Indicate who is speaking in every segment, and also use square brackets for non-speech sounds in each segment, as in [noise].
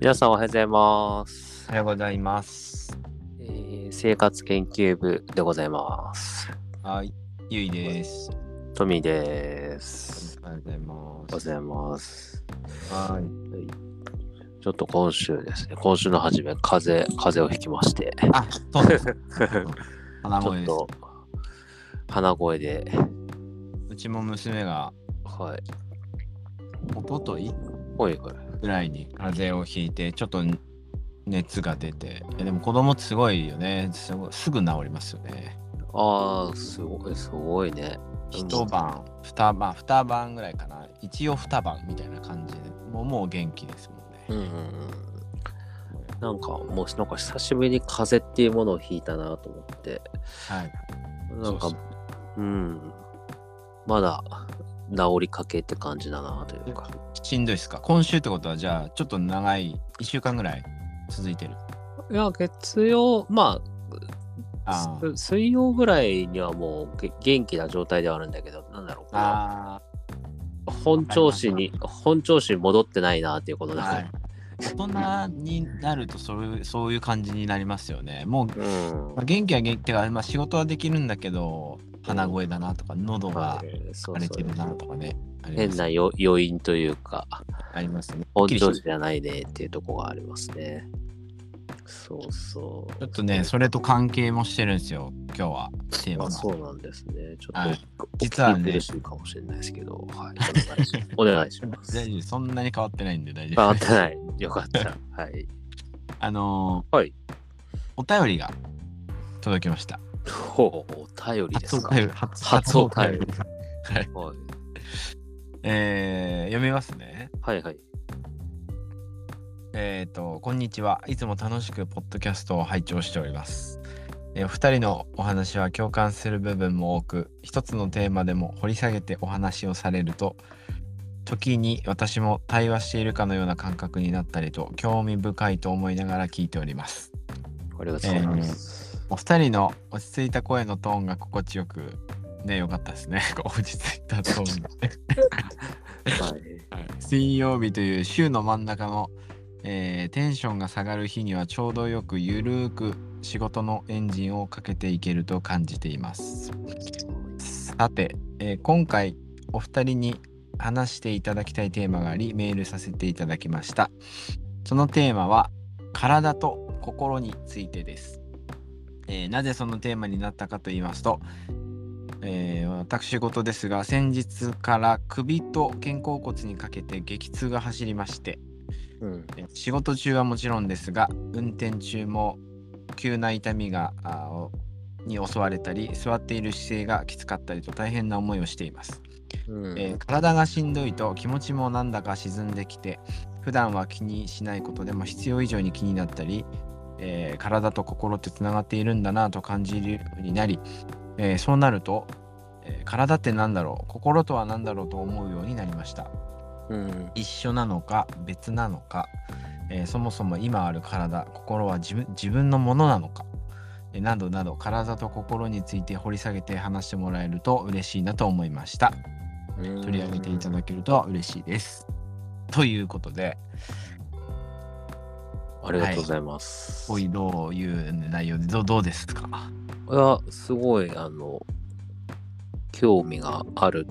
Speaker 1: 皆さんおはようございます
Speaker 2: お。はようございます。
Speaker 1: えー生活研究部でございます。
Speaker 2: はい、ゆいです。
Speaker 1: トミーです。
Speaker 2: おはようございま
Speaker 1: おはようございます。
Speaker 2: す。はい。
Speaker 1: ちょっと今週ですね、今週の初め、風邪、風邪をひきまして、
Speaker 2: あ、そう [laughs] です。花
Speaker 1: ち
Speaker 2: 声
Speaker 1: ょっ
Speaker 2: です。
Speaker 1: と鼻声で、
Speaker 2: うちも娘が
Speaker 1: はい、
Speaker 2: おととい
Speaker 1: ほいほい。
Speaker 2: ぐらいに風邪をひいて、ちょっと熱が出て。いやでも子供ってすごいよね。すごいすぐ治りますよね。
Speaker 1: あー、すごい、すごいね。
Speaker 2: 一晩、二晩、二晩ぐらいかな。一応二晩みたいな感じで、もうもう元気ですもんね。
Speaker 1: うんうんうん。なんか、もう、なんか久しぶりに風邪っていうものをひいたなと思って、
Speaker 2: はい。
Speaker 1: なんか
Speaker 2: そうそ
Speaker 1: う
Speaker 2: う
Speaker 1: ん。まだ治りかけって感じだなというか。
Speaker 2: しんどいですか。今週ってことは、じゃあ、ちょっと長い一週間ぐらい続いてる。
Speaker 1: いや、月曜、ま
Speaker 2: あ
Speaker 1: あ
Speaker 2: ー、
Speaker 1: す水曜ぐらいにはもうげ元気な状態ではあるんだけど、なんだろう、この
Speaker 2: あー。
Speaker 1: 本調子に、本調子に戻ってないなっていうことだから。
Speaker 2: はい、大人になるとそういうそういう感じになりますよね。もう、
Speaker 1: うん
Speaker 2: まあ、元気は元気ってか、まあ、仕事はできるんだけど鼻声だなとか喉が
Speaker 1: はいそう
Speaker 2: 枯れてるな
Speaker 1: そう
Speaker 2: とかね。ありま
Speaker 1: 変
Speaker 2: す
Speaker 1: なよ余韻というか、
Speaker 2: ありますね。
Speaker 1: 本調子じゃないねっていうところがありますね。そうそう。
Speaker 2: ちょっとね、それと関係もしてるんですよ、今日は。テーマ
Speaker 1: あ
Speaker 2: が
Speaker 1: そうなんですね。ちょ
Speaker 2: は
Speaker 1: っ
Speaker 2: い
Speaker 1: と、
Speaker 2: 実はね
Speaker 1: お聞き苦しいかもしれないですけど、はい、お願いします。お願
Speaker 2: [laughs] 大
Speaker 1: いし
Speaker 2: 丈夫そんなに変わってないんで大丈
Speaker 1: ま
Speaker 2: 夫
Speaker 1: あ、
Speaker 2: です。
Speaker 1: てない。よかった。はい。
Speaker 2: あのー
Speaker 1: はい
Speaker 2: お便りが届きました。
Speaker 1: おお便りです
Speaker 2: 初お
Speaker 1: か。
Speaker 2: 便り。初
Speaker 1: 初お便り
Speaker 2: 初お便り
Speaker 1: はい
Speaker 2: えー読みますね。
Speaker 1: はいはい。
Speaker 2: えっ、と、こんにちは。いつも楽しくポッドキャストを拝聴しております。えーお二人のお話は共感する部分も多く、一つのテーマでも掘り下げてお話をされると、時に私も対話しているかのような感覚になったりと、興味深いと思いながら聞いております。
Speaker 1: ありがとうございます。
Speaker 2: お二人の落ち着いた声のトーンが心地よく、ね、よかったですね。 [laughs] 落ち着いたトーンが。
Speaker 1: はい。
Speaker 2: 水曜日という週の真ん中の、えーテンションが下がる日にはちょうどよくゆるーく仕事のエンジンをかけていけると感じていますさて、えー今回お二人に話していただきたいテーマがありメールさせていただきましたそのテーマは体と心についてです、えーなぜそのテーマになったかと言いますとえー私事ですが先日から首と肩甲骨にかけて激痛が走りまして
Speaker 1: うん。
Speaker 2: えー仕事中はもちろんですが運転中も急な痛みがあーおに襲われたり座っている姿勢がきつかったりと大変な思いをしています、
Speaker 1: うん
Speaker 2: えー体がしんどいと気持ちもなんだか沈んできて普段は気にしないことでも必要以上に気になったり、えー体と心ってつながっているんだなと感じるようになり、えーそうなると、えー体って何だろう心とは何だろうと思うようになりました
Speaker 1: うん。
Speaker 2: 一緒なのか別なのか、えーそもそも今ある体心は自分自分のものなのか、えーなどなど体と心について掘り下げて話してもらえると嬉しいなと思いました
Speaker 1: うん
Speaker 2: 取り上げていただけると嬉しいですということで
Speaker 1: ありがとうございます。
Speaker 2: おいどういう内容でどうどうですか
Speaker 1: いや、すごい、あの、興味がある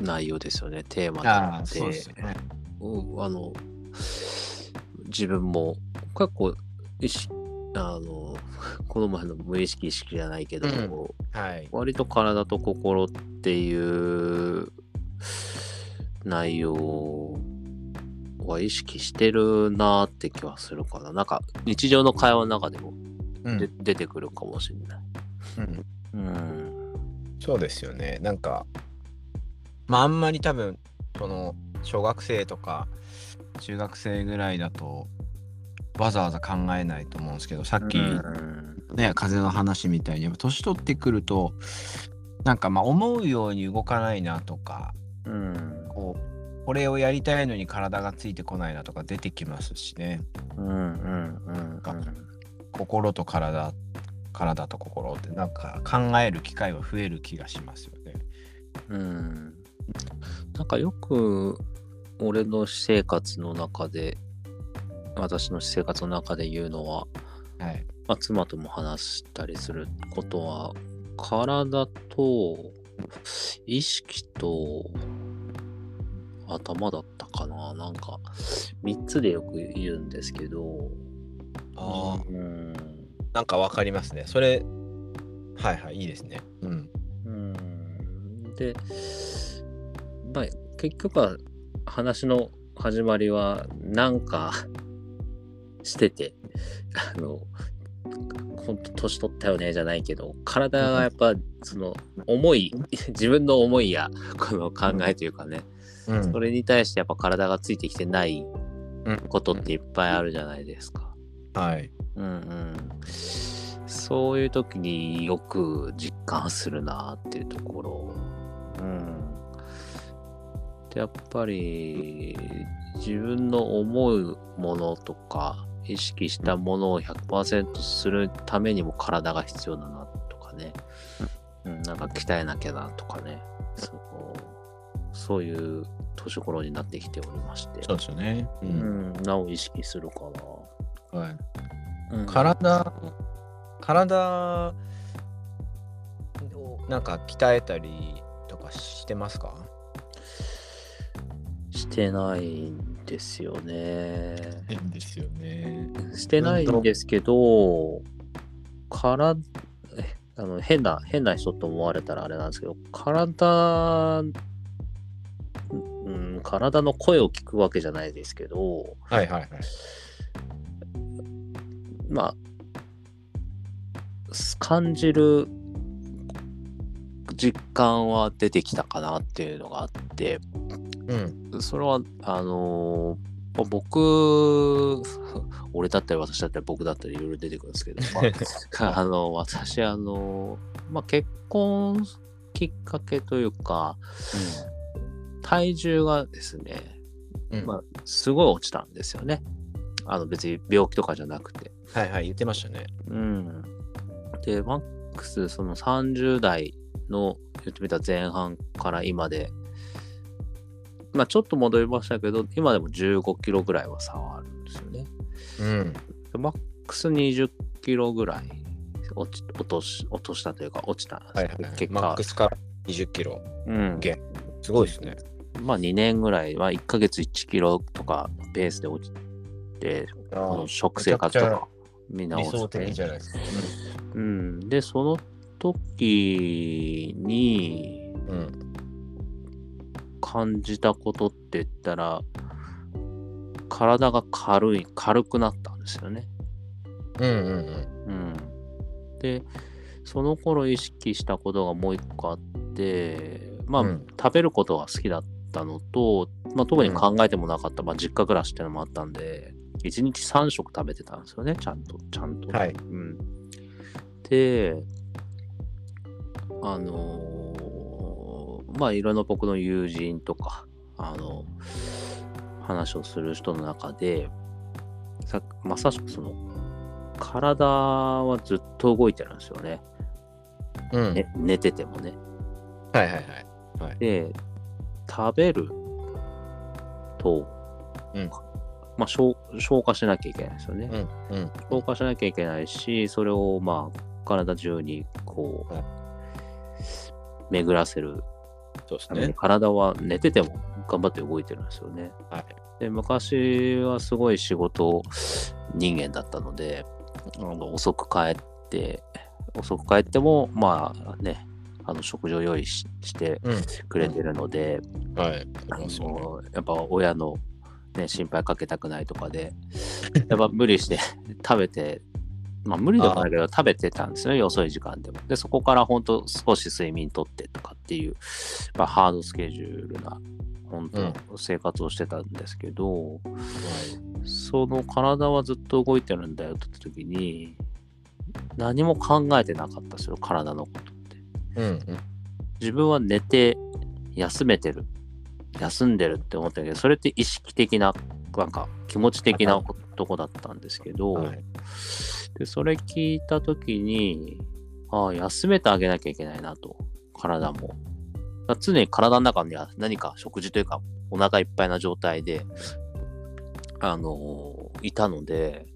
Speaker 1: 内容ですよね、テーマ
Speaker 2: あ
Speaker 1: な
Speaker 2: あ
Speaker 1: ん
Speaker 2: そうですよね
Speaker 1: うんあの、自分も結構意識、あの、この前の無意識意識じゃないけど、
Speaker 2: うんはい
Speaker 1: 割と体と心っていう内容は意識してるなーって気はするかな。なんか日常の会話の中でも
Speaker 2: うん
Speaker 1: で、出てくるかもしれない。
Speaker 2: うん
Speaker 1: うん。
Speaker 2: そうですよねなんかまああんまり多分その小学生とか中学生ぐらいだとわざわざ考えないと思うんですけどさっき
Speaker 1: う
Speaker 2: ね、
Speaker 1: ん
Speaker 2: 風の話みたいにやっぱ年取ってくるとなんかまあ思うように動かないなとか
Speaker 1: うん。
Speaker 2: こうこれをやりたいのに体がついてこないなとか出てきますしね
Speaker 1: うんうんうんうん
Speaker 2: 心と体体と心ってなんか考える機会は増える気がしますよね。
Speaker 1: うん。なんかよく俺の私生活の中で、私の私生活の中で言うのは、
Speaker 2: はい。
Speaker 1: まあ、妻とも話したりすることは、体と、意識と、頭だったかな。なんか、3つでよく言うんですけど、
Speaker 2: ああ、
Speaker 1: うん。
Speaker 2: なんかわかりますね。それ、はいはい、いいですね。うん。
Speaker 1: うんで、まあ、結局は話の始まりはなんか [laughs] しててあの本当年取ったよねじゃないけど体がやっぱその思い [laughs] 自分の思いやこの考えというかね
Speaker 2: うん
Speaker 1: それに対してやっぱ体がついてきてない
Speaker 2: うん
Speaker 1: ことっていっぱいあるじゃないですか。
Speaker 2: はい。
Speaker 1: うんうん、そういう時によく実感するなっていうところ。うん、でやっぱり自分の思うものとか意識したものを100%するためにも体が必要だなとかね、うん、なんか鍛えなきゃなとかねそうそういう年頃になってきておりまして、
Speaker 2: そうですよね。う
Speaker 1: う。ん、なお意識するか
Speaker 2: はい。
Speaker 1: な。うん
Speaker 2: 体、体をなんか鍛えたりとかしてますか
Speaker 1: してないんですよね。
Speaker 2: いいんですよね。
Speaker 1: してないんですけど、からえあの変な、変な人と思われたらあれなんですけど、体、うん、体の声を聞くわけじゃないですけど、
Speaker 2: はいはいはい。
Speaker 1: まあ、す感じる実感は出てきたかなっていうのがあって、
Speaker 2: うん。
Speaker 1: それはあのーまあ僕 [laughs] 俺だったり私だったり僕だったりいろいろ出てくるんですけど、まあ、あの私あのーまあ、結婚きっかけというか体重がですね
Speaker 2: うん
Speaker 1: まあすごい落ちたんですよねあの別に病気とかじゃなくて
Speaker 2: はいはい、言ってましたね。
Speaker 1: うんでマックスその30代の言ってみたら前半から今でまあちょっと戻りましたけど今でも15キロぐらいは差はあるんですよね
Speaker 2: うん。
Speaker 1: でマックス20キロぐらい落ち落とし落としたというか落ちたんです
Speaker 2: はい
Speaker 1: よ、
Speaker 2: はい、
Speaker 1: 結
Speaker 2: マッ
Speaker 1: 果
Speaker 2: クスから20キロ。
Speaker 1: うん
Speaker 2: 減すごいですね。
Speaker 1: まあ2年ぐらいは1ヶ月1キロとかペースで落ちてこの食生活とか見直
Speaker 2: 理
Speaker 1: して
Speaker 2: 想的じゃないですか。
Speaker 1: うん、でその時に
Speaker 2: うん。
Speaker 1: 感じたことって言ったら体が軽い軽くなったんですよね。
Speaker 2: うんうん
Speaker 1: うん、でその頃意識したことがもう一個あってまあ、
Speaker 2: うん
Speaker 1: 食べることが好きだったのと、まあ、特に考えてもなかった、まあ、実家暮らしってのもあったんで1日3食食べてたんですよねちゃんとちゃんと。
Speaker 2: うん。はい。
Speaker 1: うん、であのーまあいろんな僕の友人とかあの話をする人の中でさまさしくその体はずっと動いてるんですよね
Speaker 2: うん。はい
Speaker 1: ね寝ててもね。
Speaker 2: はいはい。
Speaker 1: で食べると、
Speaker 2: うん
Speaker 1: まあ、消消化しなきゃいけないですよね。
Speaker 2: うんうん。
Speaker 1: 消化しなきゃいけないし、それをまあ体中にこう
Speaker 2: はい、
Speaker 1: 巡らせる
Speaker 2: そうです
Speaker 1: ために
Speaker 2: ね。
Speaker 1: 体は寝てても頑張って動いてるんですよね。
Speaker 2: はい
Speaker 1: で昔はすごい仕事人間だったので、あの遅く帰って、遅く帰っても、まあね、あの食事を用意しして
Speaker 2: うん。
Speaker 1: くれてるので、
Speaker 2: はい。
Speaker 1: あのやっぱ親の、ね、心配かけたくないとかで、やっぱ無理して [laughs] 食べて、まあ無理ではないけど食べてたんですよね、遅い時間でも。で、そこから本当少し睡眠とってとかっていう、まあ、ハードスケジュールな、本当生活をしてたんですけど、その体はずっと動いてるんだよって言った時に、何も考えてなかったですよ、体のことって。
Speaker 2: うん
Speaker 1: 自分は寝て休めてる休んでるって思ったけどそれって意識的ななんか気持ち的なとこだったんですけど、
Speaker 2: うん。はい。
Speaker 1: でそれ聞いた時にああ休めてあげなきゃいけないなと体もだから常に体の中には何か食事というかお腹いっぱいな状態で、あのーいたので、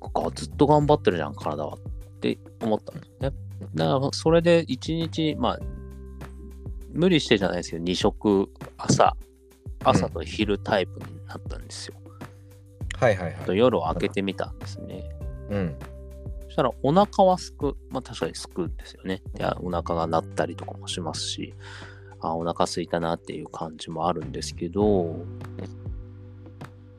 Speaker 1: がずっと頑張ってるじゃん、体はって思ったんですね。だからそれで1日、まあ、無理してじゃないですけど、2食、朝、朝と昼タイプになったんですよ。
Speaker 2: はいはい
Speaker 1: と
Speaker 2: はい。
Speaker 1: 夜を開けてみたんですね。
Speaker 2: うん。
Speaker 1: そしたらお腹はすく、まあ確かにすくんですよね。で、あお腹が鳴ったりとかもしますし、あ、お腹すいたなっていう感じもあるんですけど、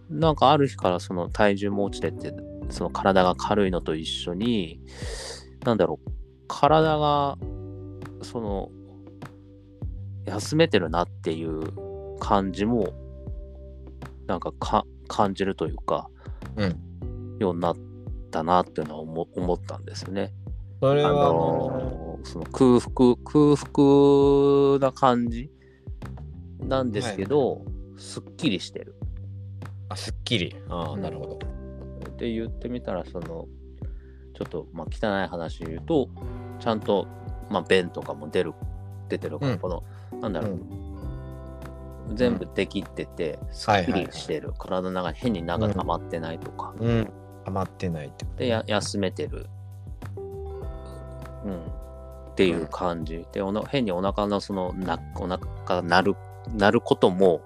Speaker 1: なんかある日からその体重も落ちてって、その体が軽いのと一緒に、なんだろう、体が、その、休めてるなっていう感じも、なんかか感じるというか、
Speaker 2: うん
Speaker 1: ようになったなっていうのは思思ったんですよね。
Speaker 2: それ
Speaker 1: あ
Speaker 2: はあの、
Speaker 1: のーその空腹空腹な感じなんですけど、すっきりしてる
Speaker 2: あ、すっきり。ああ、
Speaker 1: うん
Speaker 2: なるほど。
Speaker 1: って言ってみたらそのちょっとまあ汚い話言うとちゃんとまあ便とかも出る出てるから、
Speaker 2: うん
Speaker 1: このなんだろう、全部できてて、す
Speaker 2: はい
Speaker 1: っ
Speaker 2: は
Speaker 1: き
Speaker 2: いはい
Speaker 1: りしてる、体の中に変になんか溜まってないとか、
Speaker 2: うん。ハマってないってこと。
Speaker 1: でや休めてる、うん、っていう感じ、でおな変にお腹のそのなお腹が鳴る鳴ることも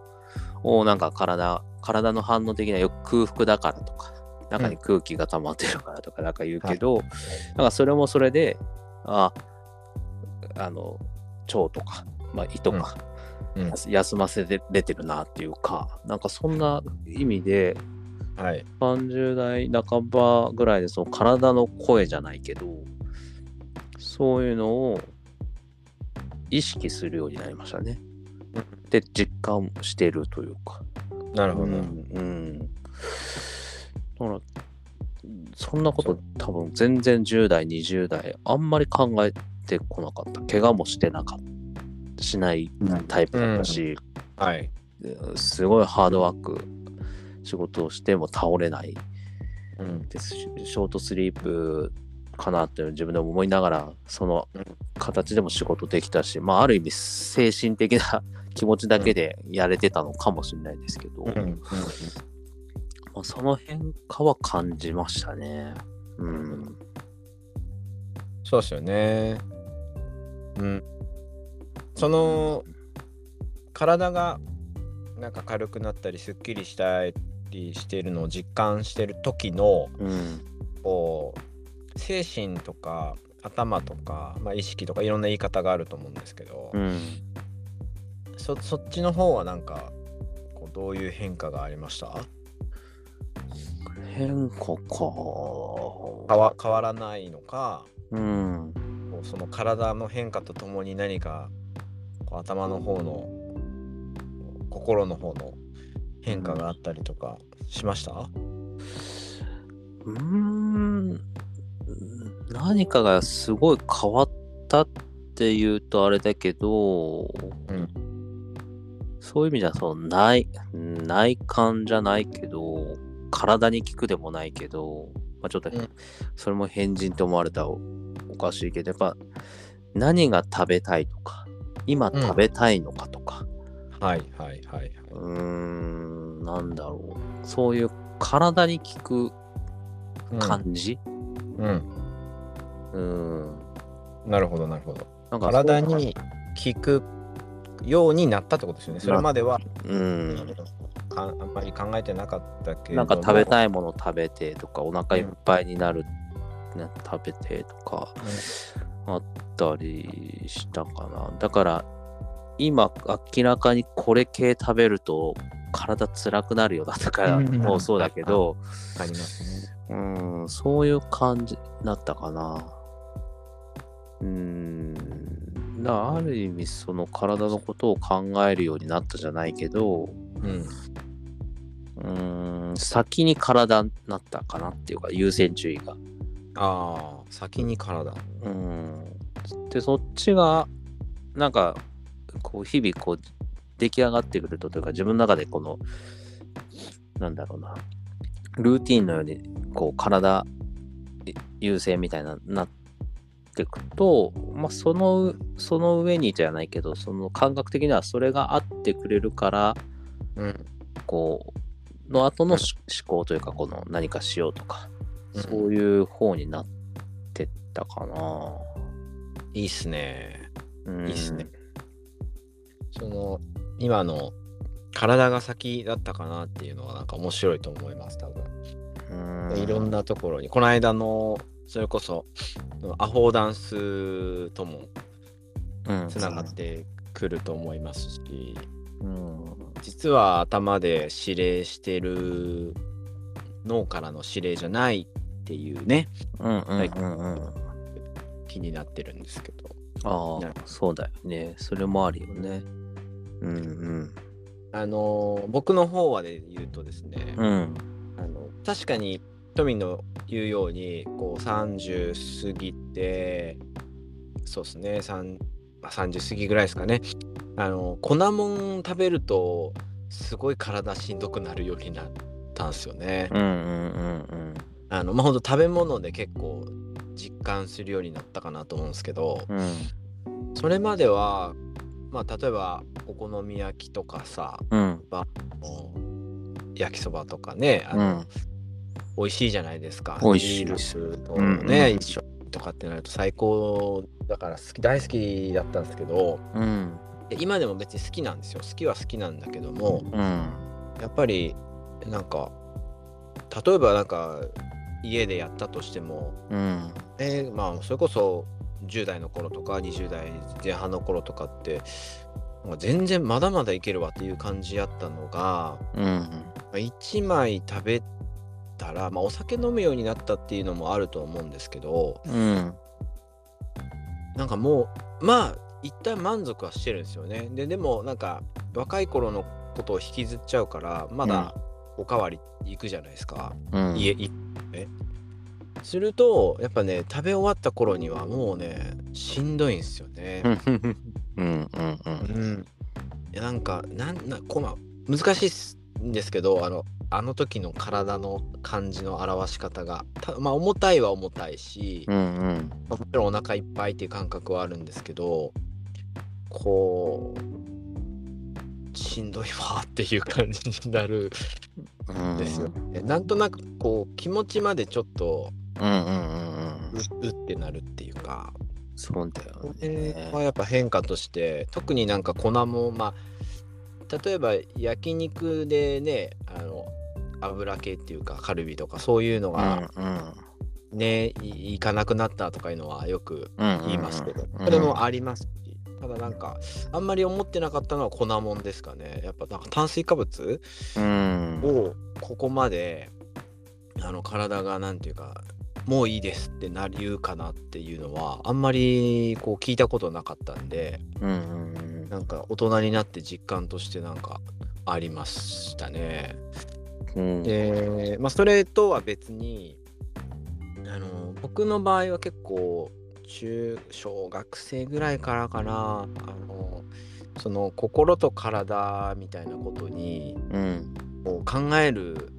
Speaker 1: おなんか体体の反応的にはよく空腹だからとか中に空気が溜まってるからとかなんか言うけど、なんかそれもそれでああの腸とか、まあ、胃とか、
Speaker 2: うんうん
Speaker 1: 休休ませて出てるなっていうかなんかそんな意味で
Speaker 2: はい。
Speaker 1: 30代半ばぐらいでその体の声じゃないけどそういうのを意識するようになりましたね。で実感してるというか。
Speaker 2: なるほ
Speaker 1: う
Speaker 2: ど。
Speaker 1: ん、うん、だからそんなこと多分全然10代20代あんまり考えてこなかった怪我もしてなかったしないタイプだったし、
Speaker 2: はい。
Speaker 1: すごいハードワーク仕事をしても倒れない
Speaker 2: うん。
Speaker 1: ですしショートスリープかなっていうのを自分でも思いながらその
Speaker 2: うん
Speaker 1: 形でも仕事できたし、まあ、ある意味精神的な [laughs] 気持ちだけでやれてたのかもしれないですけど、
Speaker 2: うん。うん
Speaker 1: まあ、その変化は感じましたね。うん、
Speaker 2: そうですよね。うん。その、体がなんか軽くなったり、すっきりしたりしてるのを実感してる時の、
Speaker 1: うん、
Speaker 2: こう、精神とか、頭とか、まあ、意識とかいろんな言い方があると思うんですけど、
Speaker 1: うん、
Speaker 2: そそっちの方はなんかこうどういう変化がありました
Speaker 1: 変化
Speaker 2: 変
Speaker 1: か。
Speaker 2: わ変わらないのか
Speaker 1: うん
Speaker 2: こうその体の変化とともに何かこう頭の方のこう心の方の変化があったりとかしました、
Speaker 1: うーん何かがすごい変わったっていうとあれだけど、
Speaker 2: うん
Speaker 1: そういう意味じゃその内内観じゃないけど体に効くでもないけど、まあ、ちょっと、
Speaker 2: うん
Speaker 1: それも変人と思われたらおおかしいけどやっぱ何が食べたいとか今
Speaker 2: うん
Speaker 1: 食べたいのかとか、
Speaker 2: はいはいはいはい。
Speaker 1: うーんなんだろうそういう体に効く
Speaker 2: うん
Speaker 1: 感じ、
Speaker 2: うん、
Speaker 1: うん
Speaker 2: なるほどなるほど。
Speaker 1: なんか
Speaker 2: 体
Speaker 1: そう
Speaker 2: に効くようになったってことですよね。それまでは
Speaker 1: うん、
Speaker 2: かあんまり考えてなかったけれ
Speaker 1: な
Speaker 2: ど
Speaker 1: ん
Speaker 2: も
Speaker 1: か食べたいもの食べてとかお腹いっぱいになる、な食べてとかあったりしたかなだから今明らかにこれ系食べると体辛くなるよなだから
Speaker 2: うん
Speaker 1: もうそうだけど
Speaker 2: ありますね。
Speaker 1: うんそういう感じだったかなうんだからある意味その体のことを考えるようになったじゃないけど
Speaker 2: うん
Speaker 1: うーん先に体になったかなっていうか優先順位が。
Speaker 2: ああ、先に体。
Speaker 1: うーんでそっちがなんかこう日々こう出来上がってくるとというか自分の中でこのなんだろうなルーティンのようにこう体優先みたいななっていくと、まあ、そのその上にじゃないけどその感覚的にはそれがあってくれるから
Speaker 2: うん
Speaker 1: こうの後のし思考というかこの何かしようとか、
Speaker 2: うん
Speaker 1: そういう方になってったかな。
Speaker 2: いいっすね
Speaker 1: うん
Speaker 2: いいっすね。その今の体が先だったかなっていうのはなんか面白いと思います多分
Speaker 1: うん
Speaker 2: いろん。なところにこの間のそれこそアフォーダンスとも
Speaker 1: うん
Speaker 2: つながってくると思いますし
Speaker 1: うん
Speaker 2: 実は頭で指令してる脳からの指令じゃないっていうね
Speaker 1: うんうんうんうん。
Speaker 2: 気になってるんですけど
Speaker 1: あ
Speaker 2: な
Speaker 1: あ、そうだよね。それもあるよね。うん
Speaker 2: あの僕の方はで言うとですね、
Speaker 1: うん。うん。
Speaker 2: あの確かにトミの言うようにこう30過ぎてそうですね3まあ30過ぎぐらいですかねあの粉もん食べるとすごい体しんどくなるようになったんですよね。
Speaker 1: うんうんうん
Speaker 2: あのまあ、ほんと食べ物で結構実感するようになったかなと思うんですけど
Speaker 1: うん。うん
Speaker 2: それまでは、まあ、例えばお好み焼きとかさ
Speaker 1: うん
Speaker 2: あの焼きそばとかねあ
Speaker 1: う
Speaker 2: の、
Speaker 1: ん。
Speaker 2: 美味しいじゃないですか。
Speaker 1: 美味しい
Speaker 2: ビー
Speaker 1: で
Speaker 2: ル
Speaker 1: す
Speaker 2: と
Speaker 1: うんうん
Speaker 2: ね、一緒とかってなると最高だから好き大好きだったんですけど
Speaker 1: うん
Speaker 2: で今でも別に好きなんですよ好きは好きなんだけども
Speaker 1: うん
Speaker 2: やっぱりなんか例えばなんか家でやったとしても、
Speaker 1: うん
Speaker 2: えまあそれこそ10代の頃とか20代前半の頃とかってなんか全然まだまだいけるわっていう感じやったのが
Speaker 1: うん
Speaker 2: 1枚食べたら、まあ、お酒飲むようになったっていうのもあると思うんですけど
Speaker 1: うん
Speaker 2: なんかもうまあ一旦満足はしてるんですよねででもなんか若い頃のことを引きずっちゃうからまだおかわり行くじゃないですか、
Speaker 1: うん
Speaker 2: 家行ねするとやっぱね食べ終わった頃にはもうねしんどいんですよね
Speaker 1: う、んうんうんう
Speaker 2: うんん、いやなんかなんなこま難しいっすんですけどあのあの時の体の感じの表し方がたまあ重たいは重たいし、
Speaker 1: うんうん
Speaker 2: まあもちろんお腹いっぱいっていう感覚はあるんですけどこうしんどいわっていう感じになる
Speaker 1: うん
Speaker 2: んですよ、ねなんとなくこう気持ちまでちょっと
Speaker 1: うんうんうんうん
Speaker 2: ううってなるっていうか
Speaker 1: そうだよ
Speaker 2: これ
Speaker 1: ね
Speaker 2: はやっぱ変化として特になんか粉もまあ例えば焼肉でねあの油系っていうかカルビとかそういうの
Speaker 1: う
Speaker 2: が
Speaker 1: んうん
Speaker 2: ね、いいかなくなったとかいうのはよく
Speaker 1: うん
Speaker 2: 言いますけど、
Speaker 1: うん
Speaker 2: それもありますし、ただなんかあんまり思ってなかったのは粉もんですかねやっぱなんか炭水化物
Speaker 1: うん
Speaker 2: をここまであの体がなんていうかもういいですってなりうかなっていうのはあんまりこう聞いたことなかったんで
Speaker 1: うんうん
Speaker 2: なんか大人になって実感としてなんかありましたね。
Speaker 1: うん
Speaker 2: で、まあ、それとは別にあの僕の場合は結構中小学生ぐらいからかなあのその心と体みたいなことに
Speaker 1: うん
Speaker 2: こう考える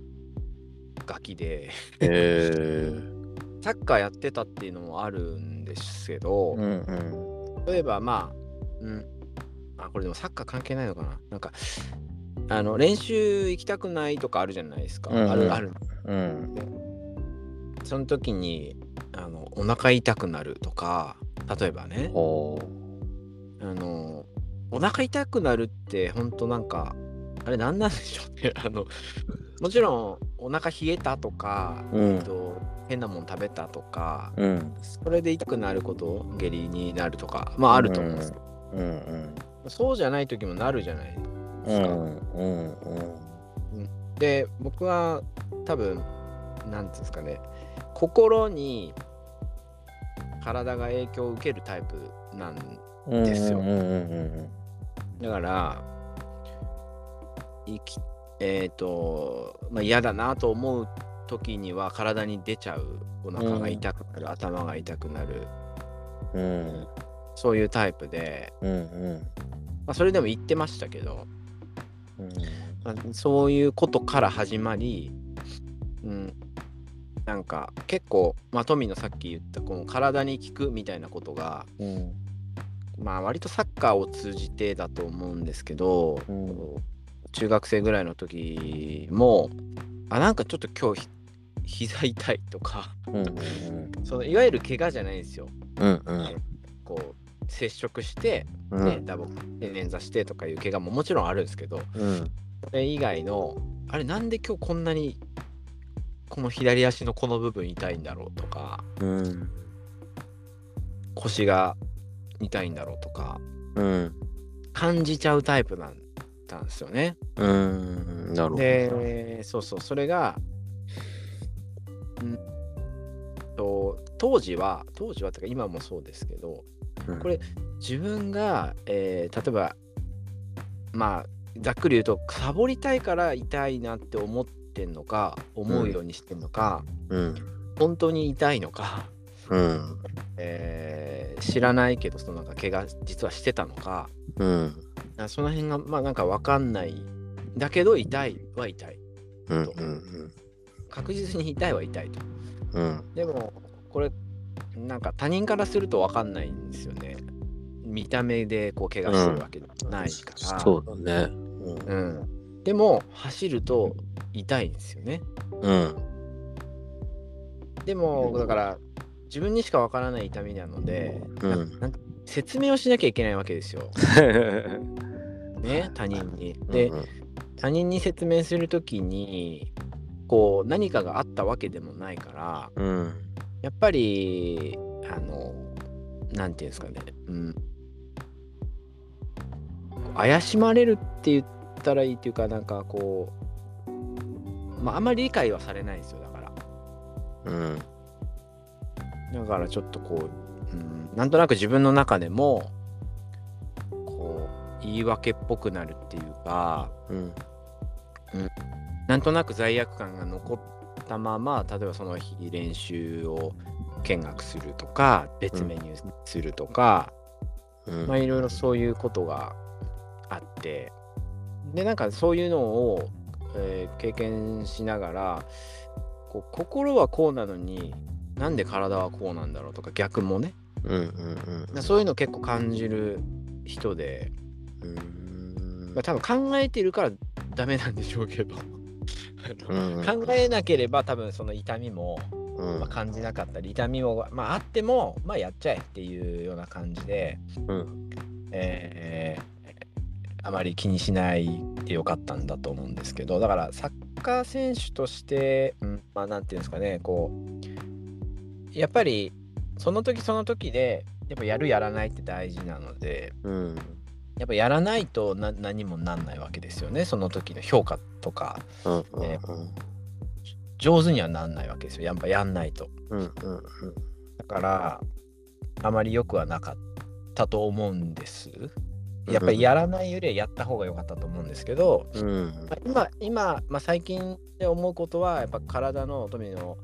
Speaker 2: ガキで
Speaker 1: へー
Speaker 2: サッカーやってたっていうのもあるんですけど、
Speaker 1: うんうん
Speaker 2: 例えばまあ、うん、あこれでもサッカー関係ないのかななんかあの練習行きたくないとかあるじゃないですか、
Speaker 1: うんうん
Speaker 2: あるある
Speaker 1: うん
Speaker 2: その時にあのお腹痛くなるとか例えばね
Speaker 1: ほ
Speaker 2: あのお腹痛くなるって本当なんかあれ何なんでしょうね [laughs] あのもちろんお腹冷えたとか、
Speaker 1: ううん
Speaker 2: えっと、変なもん食べたとか
Speaker 1: うん
Speaker 2: それで痛くなること下痢になるとかまああると思うんですけど、
Speaker 1: うんうん
Speaker 2: そうじゃない時もなるじゃないですか。
Speaker 1: うんうん
Speaker 2: で僕は多分なんていうんですかね心に体が影響を受けるタイプなん
Speaker 1: うん
Speaker 2: ですよ
Speaker 1: うんうんうん
Speaker 2: だから生きえっ、と、まあ、嫌だなと思う時には体に出ちゃうお腹が痛くなる、頭が痛くなる
Speaker 1: うん
Speaker 2: そういうタイプで、
Speaker 1: うんうん
Speaker 2: まあ、それでも言ってましたけど、
Speaker 1: うん
Speaker 2: まあそういうことから始まり、うん、なんか結構、まあ、トミーのさっき言ったこの体に効くみたいなことが、
Speaker 1: うん
Speaker 2: まあ、割とサッカーを通じてだと思うんですけど、
Speaker 1: うん
Speaker 2: 中学生ぐらいの時もあなんかちょっと今日ひ膝痛いとか
Speaker 1: うん
Speaker 2: そのいわゆる怪我じゃないんですよ
Speaker 1: うんうん
Speaker 2: こう接触して、
Speaker 1: う
Speaker 2: ね
Speaker 1: ん
Speaker 2: 打撲で捻挫してとかいう怪我ももちろんあるんですけど
Speaker 1: うん
Speaker 2: それ以外のあれなんで今日こんなにこの左足のこの部分痛いんだろうとか
Speaker 1: うん
Speaker 2: 腰が痛いんだろうとか
Speaker 1: うん
Speaker 2: 感じちゃうタイプなんなんですよね。
Speaker 1: うんなるほど
Speaker 2: でそうそうそれがうんと当時は当時はというか今もそうですけど
Speaker 1: うん
Speaker 2: これ自分が、えー例えばまあざっくり言うとサボりたいから痛いなって思ってんのか思うようにしてんのか、
Speaker 1: うん
Speaker 2: 本当に痛いのか、
Speaker 1: うん
Speaker 2: えー知らないけどそのなんか怪我実はしてたのか
Speaker 1: うん
Speaker 2: あその辺がまあなんか分かんないだけど痛いは痛い
Speaker 1: うんうん
Speaker 2: 確実に痛いは痛いと
Speaker 1: うん
Speaker 2: でもこれなんか他人からすると分かんないんですよね見た目でこう怪我してるわけじゃないから、
Speaker 1: そうだね
Speaker 2: うん、でも走ると痛いんですよね
Speaker 1: うん
Speaker 2: でもだから自分にしかわからない痛みなので、
Speaker 1: うん
Speaker 2: ななんか説明をしなきゃいけないわけですよ、ね、他人に。で
Speaker 1: うん
Speaker 2: 他人に説明するときにこう何かがあったわけでもないから
Speaker 1: うん
Speaker 2: やっぱりあのなんていうんですかね、うん、怪しまれるって言ったらいいっていうかなんかこう、まあ、あんまり理解はされないんですよだから。
Speaker 1: うん
Speaker 2: だからちょっとこう、うん、なんとなく自分の中でもこう言い訳っぽくなるっていうか
Speaker 1: うん
Speaker 2: なんとなく罪悪感が残ったまま例えばその日練習を見学するとか別メニューするとか、
Speaker 1: うん
Speaker 2: まあいろいろそういうことがあってでなんかそういうのを、えー経験しながらこう心はこうなのになんで体はこうなんだろうとか逆もね
Speaker 1: うんうん
Speaker 2: だそういうの結構感じる人で、
Speaker 1: うん
Speaker 2: まあ、多分考えてるからダメなんでしょうけど [laughs]
Speaker 1: うん
Speaker 2: 考えなければ多分その痛みも、
Speaker 1: うん
Speaker 2: まあ、感じなかったり痛みも、まあ、あっても、まあ、やっちゃえっていうような感じで、
Speaker 1: うん
Speaker 2: えーあまり気にしないでよかったんだと思うんですけどだからサッカー選手として、うん、まあなんていうんですかねこうやっぱりその時その時でやっぱやるやらないって大事なので。
Speaker 1: うん
Speaker 2: やっぱやらないとな何もなんないわけですよねその時の評価とか
Speaker 1: うん
Speaker 2: 上手にはなんないわけですよやっぱやんないと
Speaker 1: うん
Speaker 2: だからあまり良くはなかったと思うんです
Speaker 1: うん
Speaker 2: やっぱりやらないよりはやった方が良かったと思うんですけど、
Speaker 1: うん
Speaker 2: まあ今今、まあ、最近で思うことはやっぱ体の富の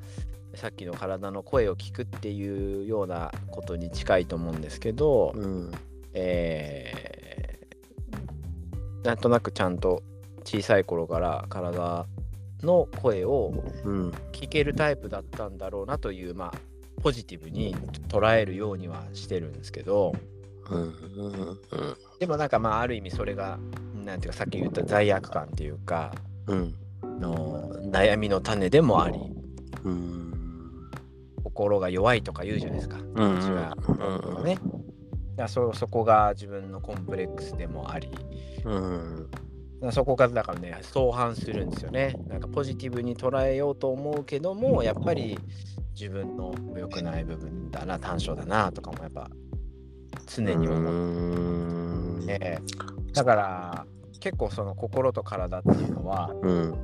Speaker 2: さっきの体の声を聞くっていうようなことに近いと思うんですけど、
Speaker 1: うん
Speaker 2: えーなんとなくちゃんと小さい頃から体の声を
Speaker 1: うん
Speaker 2: 聞けるタイプだったんだろうなというまあポジティブに捉えるようにはしてるんですけどでもなんかまあある意味それがなんていうかさっき言った罪悪感っていうか
Speaker 1: うん
Speaker 2: の悩みの種でもあり
Speaker 1: うん
Speaker 2: 心が弱いとか言うじゃないですか。
Speaker 1: うん
Speaker 2: 私はね、だからそそこが自分のコンプレックスでもあり
Speaker 1: うん
Speaker 2: そこからだからね相反するんですよねなんかポジティブに捉えようと思うけどもやっぱり自分の良くない部分だな短所だなとかもやっぱ常に思っ
Speaker 1: うん
Speaker 2: て、だから結構その心と体っていうのは
Speaker 1: うん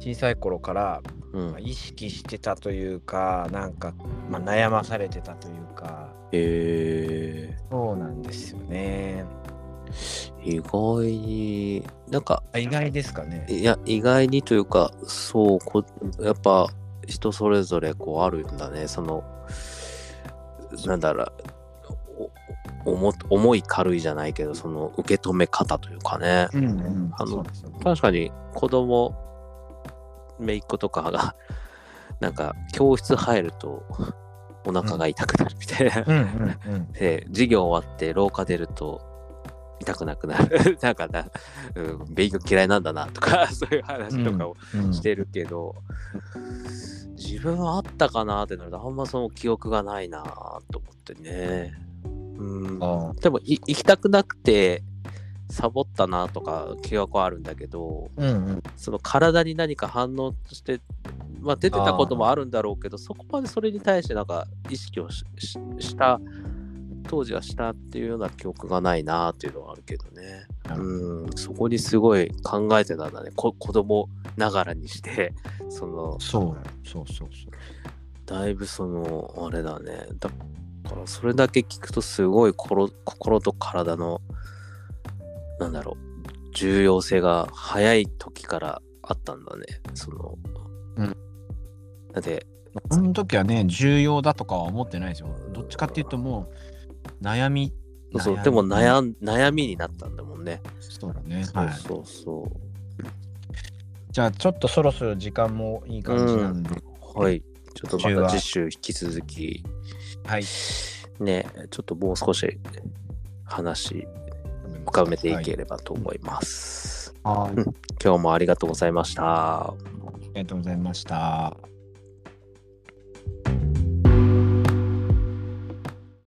Speaker 2: 小さい頃から
Speaker 1: うん
Speaker 2: まあ意識してたというかなんかまあ悩まされてたというか
Speaker 1: へえ
Speaker 2: そうなんですよね
Speaker 1: 意外になんか
Speaker 2: あ意外ですかね
Speaker 1: いや意外にというかそうこやっぱ人それぞれこうあるんだねそのなんだろうお重重い軽いじゃないけどその受け止め方というかね
Speaker 2: うんうん
Speaker 1: あの
Speaker 2: そうですよね
Speaker 1: 確かに子供姪っ子とかが [laughs] なんか教室入るとお腹が痛くなるみたいな、
Speaker 3: うんうんうん
Speaker 1: で授業終わって廊下出ると痛くなくなる [laughs] なんかな、うん、勉強嫌いなんだなとかそういう話とかを
Speaker 3: うん
Speaker 1: してるけど、自分はあったかなってなるとあんまその記憶がないなと思ってね。うん、
Speaker 3: あ
Speaker 1: でもい行きたくなくてサボったなとか記憶はあるんだけど
Speaker 3: ーうんうん
Speaker 1: その体に何か反応として、まあ、出てたこともあるんだろうけどそこまでそれに対してなんか意識をししした当時はしたっていうような記憶がないなっていうのはあるけどね
Speaker 3: なるほ
Speaker 1: うんそこにすごい考えてたんだねこ [laughs] 子供ながらにしてその
Speaker 2: そうそうそうそう
Speaker 1: だいぶそのあれだねだからそれだけ聞くとすごい心心と体のなんだろう重要性が早い時からあったんだねその
Speaker 2: うん
Speaker 1: だって
Speaker 2: その時はね重要だとかは思ってないですよどっちかっていうともう悩み
Speaker 1: そうそう
Speaker 2: 悩み
Speaker 1: でも悩ん悩みになったんだもんね、
Speaker 2: そうだねはい
Speaker 1: そうそうそう
Speaker 2: じゃあち
Speaker 3: ち
Speaker 2: ょ
Speaker 3: ょ
Speaker 2: っ
Speaker 3: っとそろそろ時間もいい感じなんで、
Speaker 1: はい。ちょっと
Speaker 3: 中
Speaker 1: ま
Speaker 3: は
Speaker 1: た次週引き続き、
Speaker 3: はい
Speaker 1: ね、ちょっともう少し話深めていければと思います。
Speaker 2: とはい
Speaker 1: 今日もありがとうございました。
Speaker 2: ありがとうございました。